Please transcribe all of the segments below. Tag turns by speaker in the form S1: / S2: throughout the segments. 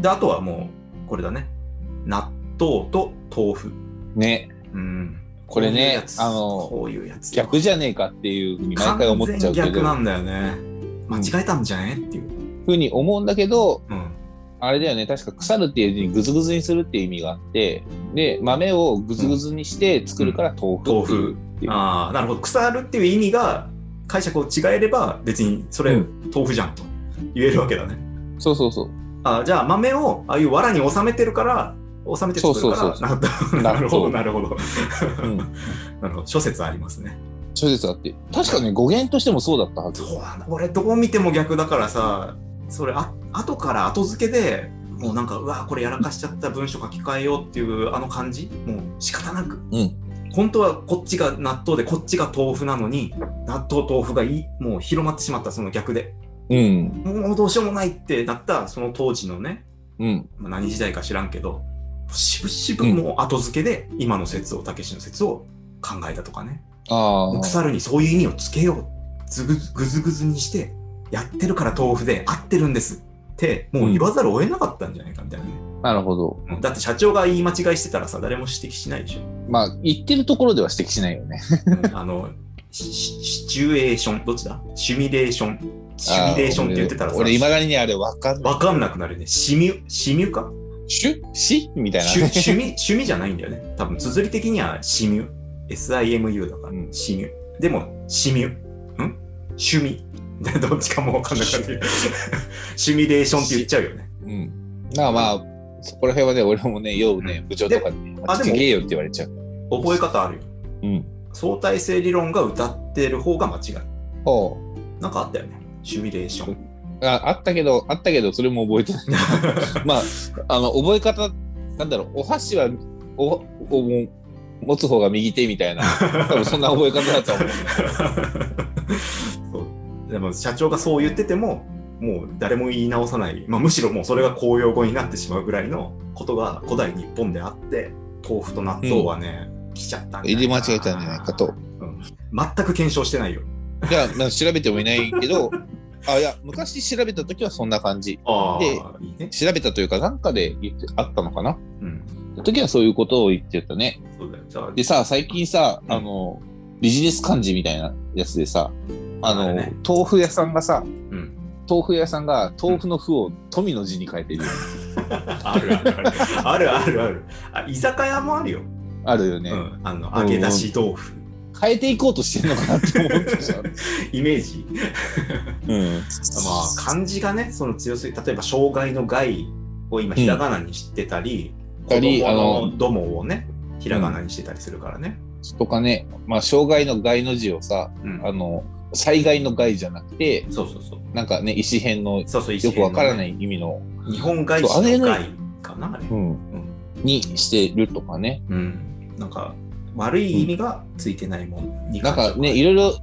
S1: で、あとはもう、これだね。納豆と豆腐。
S2: ね。
S1: うん。
S2: これねあの
S1: こういうやつ。こういうやつ
S2: 逆じゃねえかっていうふうに毎回思っちゃ
S1: 完
S2: う
S1: 全
S2: けど、
S1: 逆な
S2: ふ
S1: んだよね。間違えたんじゃねっていう。
S2: うに思うんだけど、
S1: うん。
S2: あれだよね、確か腐るっていう字にグズグズにするっていう意味があって、で、豆をグズグズにして作るから豆腐
S1: 豆
S2: っていう
S1: 腐。ああ、なるほど。腐るっていう意味が、解釈を違えれば、別にそれ
S2: う、
S1: 豆腐じゃんと言えるわけだね。
S2: そうそ うそう。
S1: あーじゃあ豆を、ああいう藁に収めてるから、収めて作るから、
S2: そうそう
S1: 納豆 なるほど、なるほど。
S2: うん。
S1: なるほど。諸説ありますね。
S2: 諸説あって。確かね、語源としてもそうだったはず。
S1: そうなんだ俺どう見ても逆だからさそれあ後から後付けでもうなんかうわこれやらかしちゃった文章書き換えようっていうあの感じもう仕方なく、
S2: うん
S1: 本当はこっちが納豆でこっちが豆腐なのに納豆豆腐がいいもう広まってしまったその逆で
S2: うん。
S1: もうどうしようもないってなったその当時のね、
S2: うん。
S1: まあ何時代か知らんけどしぶしぶもう後付けで今の説をたけしの説を考えたとかね
S2: ああ。
S1: 腐るにそういう意味をつけようずぐずぐずぐずにしてやってるから豆腐で合ってるんですってもう言わざるを得なかったんじゃないかみたいなね、
S2: なるほど。
S1: うんだって社長が言い間違いしてたらさ誰も指摘し ないでしょ
S2: まあ、言ってるところでは指摘しないよね。
S1: うんあのシシシチュエーションどっちだシミュレーションシミュレーションって言ってたら
S2: あー
S1: さ
S2: 俺、いまだにね、あれ、わかんない。
S1: わかんなくなるよねシミュシミュか
S2: しゅしみたい
S1: 趣
S2: なね。
S1: 趣味趣味じゃないんだよね多分綴り的にはシミュ SIMU だから、
S2: うん
S1: シミュでもシミュん趣味 どっちかもわかんなかった シミュレーションって言っちゃうよね
S2: うん。まあまあ、そこら辺はね、俺もね、よう
S1: う
S2: ね、部長とかに、あっ
S1: あで
S2: ち
S1: も
S2: げえよって言われちゃう。
S1: 覚え方あるよ
S2: うん。
S1: 相対性理論が歌ってる方が間違い
S2: ほ
S1: なんかあったよねシミュレーション
S2: う。ああったけど、あったけど、それも覚えて ない。まあ、あの、覚え方、なんだろう、お箸は、お、おも持つ方が右手みたいな、多分そんな覚え方だと 思う。
S1: そうでも社長がそう言っててももう誰も言い直さない、まあ、むしろもうそれが公用語になってしまうぐらいのことが古代日本であって豆腐と納豆はね、来ちゃったんじゃ
S2: 入
S1: ない
S2: れ
S1: か
S2: 間
S1: な
S2: 違えたんじゃないかと。
S1: 全く検証してないよ
S2: じゃあ、まあ調べてもいないけど、あ、いや、昔調べた時はそんな感じ。
S1: あ
S2: で
S1: あいいね
S2: 調べたというか、なんかで言ってあったのかな
S1: うん
S2: 時はそういうことを言ってたね。
S1: そうだよじゃあ
S2: でさ、最近さ、
S1: うん
S2: あの、ビジネス漢字みたいなやつでさ、あ
S1: あ
S2: の、
S1: れね
S2: 豆腐屋さんがさ、
S1: うん
S2: 豆腐屋さんが豆腐の負を富の字に変えてるよ。
S1: あるあるあるあるあるあるあ居酒屋もあるよ、
S2: あるよね。
S1: うん、あの揚げ出し豆腐
S2: 変えていこうとしてるのかなって思って た。
S1: イメージ
S2: うん。
S1: まあ漢字がねその強すぎ例えば障害の害を今ひらがなにしてたり、
S2: た
S1: 子
S2: り
S1: 供
S2: あ
S1: のどもをねひらがなにしてたりするからね、
S2: とかね、まあ、障害の害の字をさ、
S1: うん
S2: あの、災害の害じゃなくて、
S1: そうそうそう
S2: なんかね、石片の
S1: そうそう
S2: よくわからないい意味の、
S1: 日本外
S2: そうあれ
S1: 資の
S2: ね
S1: 害かなあれ、
S2: にしてるとかね。
S1: うん、なんか悪い意味がついてないもんに
S2: なんかね、いろいろ、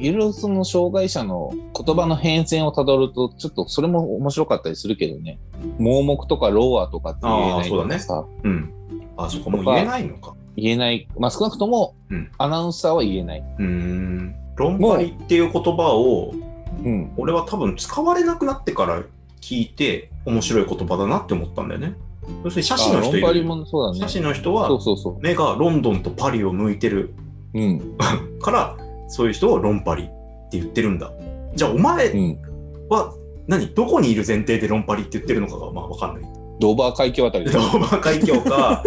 S2: いろいろその障害者の言葉の変遷をたどると、ちょっとそれも面白かったりするけどね。盲目とかローアとかって言えないとかさ、
S1: うん。あそこも言えないのか。
S2: 言えない、まあ少なくとも
S1: うん
S2: アナウンサーは言えない。
S1: うーん。論破りっていう言葉を、
S2: うん。
S1: 俺は多分使われなくなってから聞いて、面白い言葉だなって思ったんだよね。要するに写真の
S2: あ
S1: 人
S2: ロン
S1: い
S2: パリ
S1: る。
S2: もそうだ
S1: 写
S2: ね。
S1: 真の人
S2: そ
S1: は
S2: う、そうそ
S1: 目がロンドンとパリを向いてる
S2: う。うん。
S1: から、そういう人を論破りって言ってるんだ。じゃあ、お前
S2: うん。
S1: は、何どこにいる前提で論破りって言ってるのかが、まあ、わか んない。
S2: ドーバー海峡あたりで
S1: ドーバー海峡か、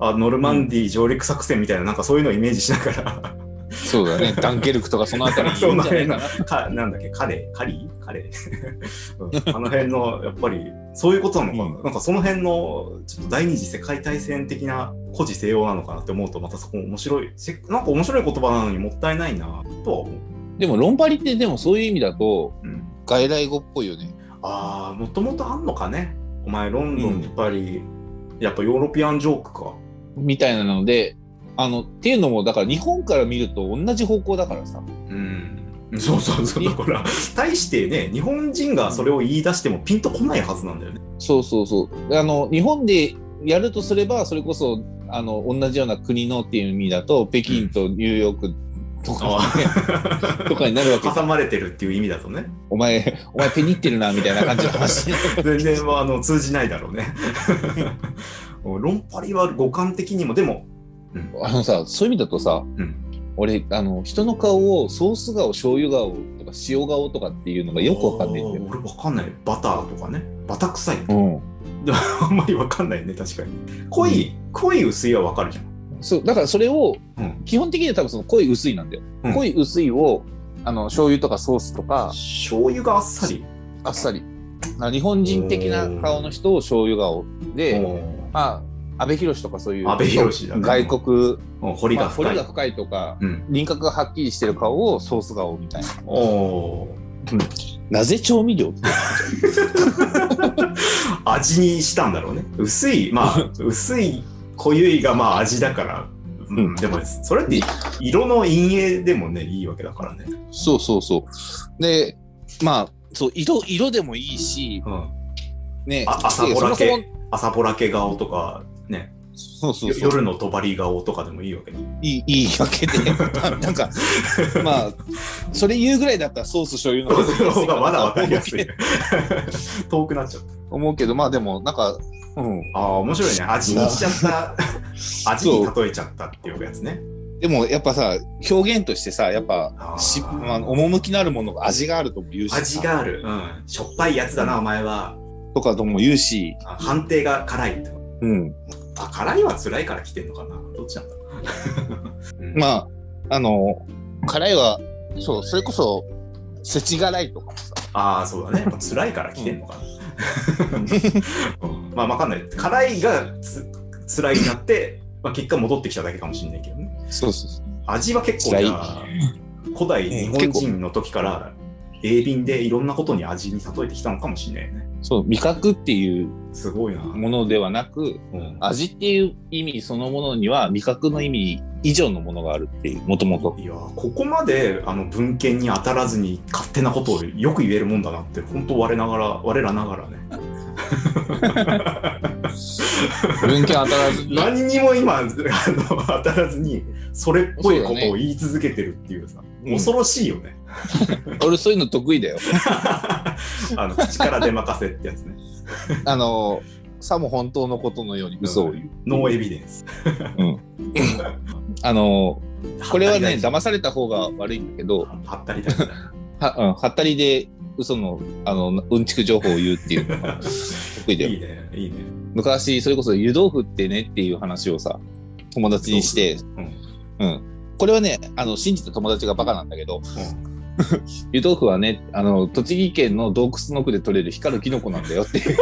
S1: あノルマンディー上陸作戦みたいな、なんかそういうのをイメージしながら。
S2: そう だね、ダンケルクとかそのあたりにいるんじゃないかな。
S1: かなんだっけカレーカリーカレー、うん あの辺のやっぱりそういうことなのかな,、
S2: うん
S1: なんかその辺のちょっと第二次世界大戦的な孤児西洋なのかなって思うとまたそこ面白いせなんか面白い言葉なのにもったいないなとは思う、
S2: でも、ロンパリって、でもそういう意味だと、
S1: うん
S2: 外来語っぽいよね。
S1: ああもともとあんのかねお前ロンドンやっぱり、やっぱヨーロピアンジョークか
S2: みたいなので、あの、っていうのも、だから日本から見ると同じ方向だからさ。
S1: うんそうそうそう
S2: い
S1: だから対してね日本人がそれを言い出してもピンとこないはずなんだよね
S2: そうそうそう。あの、日本でやるとすれば、それこそ、あの、同じような国のっていう意味だと、北京とニューヨークとかね、 とかになるわ け
S1: 挟まれてるっていう意味だとね
S2: お前、お前ペニってるな、みたいな感じの話。
S1: 全然、まあ、あの通じないだろうね論パリは五感的にもでも、うん
S2: あのさ、そういう意味だとさ、
S1: うん
S2: 俺、あの、人の顔をソース顔、醤油顔とか塩顔とかっていうのがよくわかんないんだよ
S1: あー。俺わかんないバターとかねバタ臭い
S2: うん。
S1: あんまりわかんないね確かに濃い、濃い薄いはわかるじゃん
S2: そう、だからそれを、
S1: うん
S2: 基本的には多分その濃い薄いなんだよ。
S1: うん
S2: 濃い薄いを、あの、醤油とかソースとか、
S1: 醤油があっさり
S2: あっさり。な日本人的な顔の人を醤油顔で、
S1: お
S2: まあ、安倍博とかそういう、
S1: 阿部寛だね
S2: 外国、
S1: ー彫り
S2: ま
S1: が
S2: あ、
S1: 深
S2: 彫
S1: い、
S2: りが深いとか、
S1: うん
S2: 輪郭がはっきりしてる顔をソース顔みたいな。
S1: おお
S2: なぜ調味料って
S1: ー味にしたんだろうね薄いまあ薄い濃ゆいがまあ味だからうん、
S2: うん
S1: でもそれって色の陰影でもねいいわけだからね
S2: そうそうそう。で、まあ、そう、色、色でもいいし、
S1: うん
S2: ね、
S1: あ朝ぼらけ
S2: でそも
S1: 朝ぼらけ顔とかね
S2: そもそうそうそう。
S1: 夜のとばり顔とかでもいいわけね
S2: いい、いいわ けで、まあなんか、まあ、それ言うぐらいだったらソース醤油の
S1: その方がまだわかりやす
S2: い
S1: い遠くなっちゃった
S2: 思うけど、まあでも、なんか、うん。
S1: ああ面白いね味にしちゃった味に例えちゃったっていうやつね
S2: でも、やっぱさ、表現としてさ、やっぱ、
S1: あー
S2: しまあ、趣のあるものが味があるとも言うしさ
S1: 味がある、うん、しょっぱいやつだなお前は
S2: とかとも言うし、
S1: あ判定が辛いって
S2: うん、
S1: あ辛いは辛いから来てんのかなどっちなんだろう、うん
S2: まああの辛いはそうそれこそせちがらいとかもさ
S1: ああそうだねやっぱ辛いから来てんのかな、うん まあわかんない辛いがつ辛いになって、まあ、結果戻ってきただけかもしれないけどね
S2: そうそうそう
S1: 味は結構
S2: 辛い
S1: じゃあ古代日本人の時から鋭敏でいろんなことに味に例えてきたのかもしれないね
S2: そう味覚っていう
S1: すごいな、
S2: ものではなく
S1: うん
S2: 味っていう意味そのものには味覚の意味以上のものがあるっていうもと もと
S1: いやーここまであの文献に当たらずに勝手なことをよく言えるもんだなって本当我ながら我らながらね
S2: 文献当たらずに
S1: 何にも今あの当たらずにそれっぽいことを言い続けてるっていうさ
S2: うん
S1: 恐ろしいよね
S2: 俺そういうの得意だよ
S1: あの口から出まかせってやつね
S2: あのさも本当のことのように嘘を言う、
S1: ノーエビデンス
S2: あのこれはね
S1: だ
S2: 騙された方が悪いんだけど
S1: はったりだけだ
S2: は,、うん、はったりで嘘のあのうんちく情報を言うっていうのが得意だよ
S1: いいねいいね
S2: 昔それこそ湯豆腐ってねっていう話をさ友達にして、うんこれはねあの信じた友達がバカなんだけど、 湯豆腐はねあの栃木県の洞窟の奥で取れる光るキノコなんだよっていう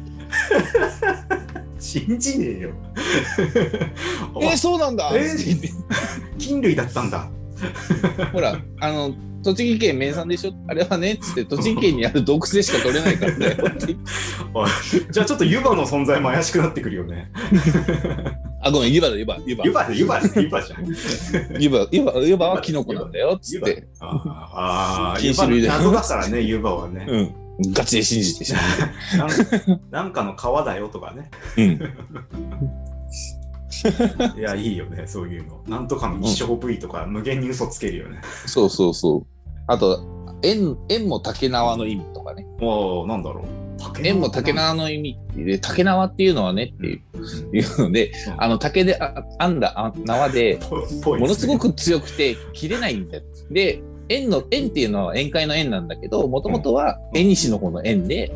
S1: 信じねえよ
S2: えーそうなんだ、
S1: えー
S2: って言っ
S1: 菌類だったんだ
S2: てほらあの栃木県名産でしょあれはねっつって栃木県にある洞窟でしか取れないからだよって言って
S1: じゃあちょっと湯葉の存在も怪しくなってくるよね
S2: あごめん湯葉だ湯葉湯葉
S1: 湯葉湯葉湯葉じゃん
S2: 湯葉湯葉湯葉はキノコなんだよっつって、
S1: あーあー、
S2: 禁止類だよ
S1: 湯葉謎だからね、湯葉はね。
S2: うん、ガチで信じてしまう
S1: なんなんかの皮だよとかね。
S2: うん
S1: いや、いいよね、そういうの。なんとかの希少部位とか、無限に嘘つけるよね。
S2: そうそうそうあと縁縁も竹縄の意味とかね
S1: もう、なんだろう。竹
S2: 縁も竹縄の意味で竹縄っていうのはねっていう,、ので
S1: うん
S2: あの竹であ編んだあ縄で
S1: ぽい
S2: ものすご
S1: く。
S2: く強くて切れないんだよ。で縁の縁っていうのは宴会の縁なんだけどもともとは縁西の方の縁で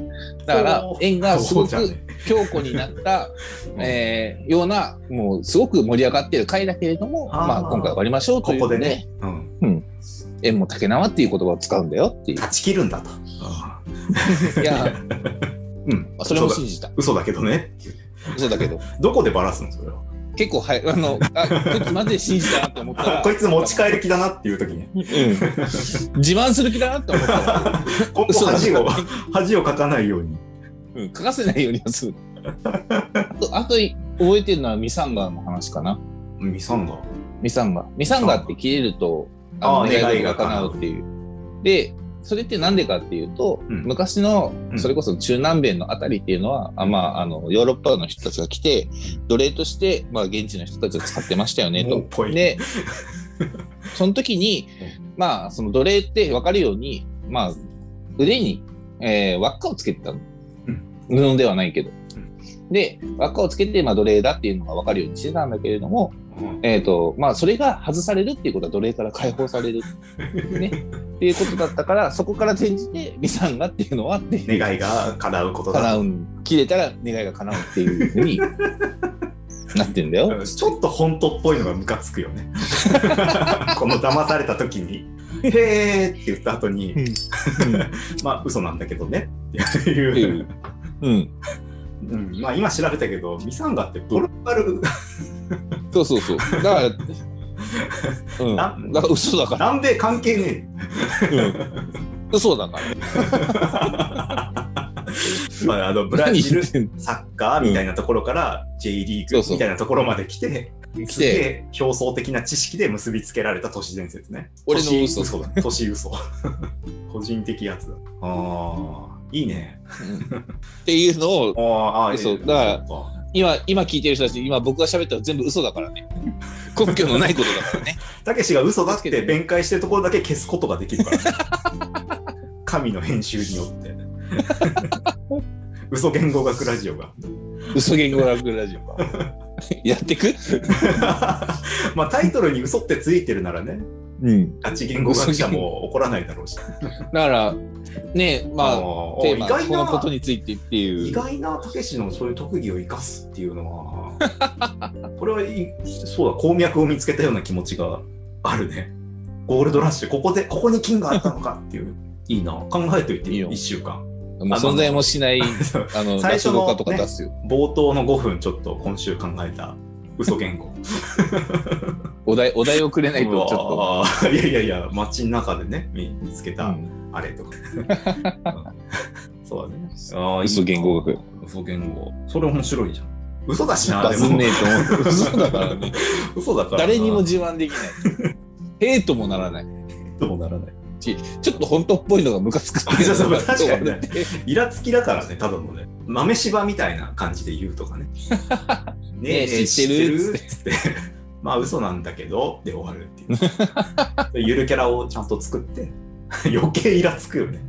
S2: だから
S1: おー
S2: 縁がす
S1: そ
S2: ご
S1: うじゃ
S2: く
S1: ね。
S2: 強固になった、
S1: うん
S2: えーようなもうすごく盛り上がってる回だけれども
S1: あー
S2: まあ、今回終わりましょうと
S1: こ
S2: いう
S1: こ
S2: の
S1: で
S2: で
S1: ね、うん、
S2: 縁も竹縄っていう言葉を使うんだよ ってい
S1: 断ち切るんだと。
S2: ういや
S1: うん、
S2: それも
S1: 嘘だ
S2: 信じた
S1: 嘘だけどねっていう。
S2: そうだけど
S1: どこでバラすの、それは。
S2: 結構はい、あの、あ、こいつマジで信じたなって思った ら、
S1: こいつ持ち帰る気だなっていう時に。
S2: うん、自慢する気だなって思った ら、
S1: 今後
S2: 嘘だ
S1: 恥を、恥をかかないように。
S2: うん、書かせないようにはする。あと、あとい覚えてるのはミサンガの話かな。
S1: ミサンガ。
S2: ミサンガ。ミサンガって切れると、あの
S1: あー
S2: 願
S1: 願
S2: い
S1: い
S2: が
S1: が
S2: 叶うっていう。で、それってなんでかっていうと、
S1: うん
S2: 昔の
S1: うん
S2: それこそ中南米のあたりっていうのは、あまあ、あのヨーロッパの人たちが来て奴隷として、まあ、現地の人たちを使ってましたよね
S1: もう
S2: と。
S1: ぽい
S2: でその時に、まあ、その奴隷って分かるように、まあ、腕に、えー輪っかをつけてたの
S1: うん。
S2: 布ではないけど
S1: う。
S2: で輪っかをつけて、まあ、奴隷だっていうのが分かるようにしてたんだけれども、
S1: うん
S2: えーとまあ、それが外されるっていうことは奴隷から解放される、ね、っていうことだったからそこから転じてミサンガっていうのはっていう
S1: 願いが叶うことだ
S2: 叶うん切れたら願いが叶うっていうふうになってんだよ。
S1: うんちょっと本当っぽいのがムカつくよ ねこの騙された時に「へーって言った後に
S2: うん
S1: 「 まあ嘘なんだけどね」って
S2: って
S1: い
S2: いうう、うん、
S1: うん、まあ今調べたけどミサンガってポルトガル
S2: そうそうそうだから、うん、
S1: な
S2: だから嘘だから、
S1: 南米関係ねえ
S2: うん、嘘だから
S1: まあ、あのブラジル
S2: 何言ってんの
S1: サッカーみたいなところから J リ
S2: そう
S1: ーグ
S2: そう
S1: みたいなところまで来て、
S2: 来
S1: すげ
S2: て
S1: え表層的な知識で結びつけられた都市伝説ね。
S2: 俺の
S1: 都市
S2: 嘘
S1: 嘘だ。都市嘘。個人的やつだ。ああ、いいね。
S2: うんっていうのを
S1: あーあー、
S2: そう
S1: いいね
S2: だから
S1: そうか
S2: 今今聞いてる人たち今僕が喋ったら全部嘘だからね根拠のないことだからね
S1: たけしが嘘だって弁解してるところだけ消すことができるから、ね。 神の編集によって。 嘘言語学ラジオが。
S2: 嘘言語学ラジオかやってく
S1: まあタイトルに嘘ってついてるならね、
S2: うん。
S1: ガチ言語学者も怒らないだろうし。
S2: だから、ねえ、
S1: あ
S2: まあ、
S1: ー
S2: テー
S1: 意
S2: マ、
S1: 外
S2: このこと
S1: な
S2: についてってい
S1: 意
S2: う。
S1: 外なたけしのそういう特技を生かすっていうのはこれはい そうだ鉱脈を見つけたような気持ちがあるねゴールドラッシュここでここに金があったのかっていういいな考えといて
S2: いいよ
S1: 1週間
S2: もう存在もしない、
S1: そう
S2: あの、
S1: 最初
S2: 落
S1: の
S2: 語家とか出すよ。
S1: 冒頭の5分ちょっと今週考えた嘘言語
S2: お題、お題をくれないと、ちょっと。
S1: うわーいやいやいや街の中でね見見つけ
S2: う
S1: た
S2: ん
S1: あれ とか、うんそうだねあー
S2: 嘘言語学。
S1: 嘘言語それ面白いじゃん嘘だしな
S2: バ
S1: で
S2: ズ
S1: も
S2: んねえと思う。嘘だからね。
S1: 嘘だからな
S2: 誰にも自慢できない。 ヘイトもならない。
S1: ともならない
S2: ちょっと本当っぽいのがムカつくっていのが
S1: そうそう確かにね
S2: そうだね
S1: イラつきだからねただのね豆柴みたいな感じで言うとか ねねえねえ知
S2: 知
S1: っ
S2: ってて
S1: る
S2: る
S1: っつって まあ嘘なんだけどで終わるっていう ゆるキャラをちゃんと作って余計イラつくよね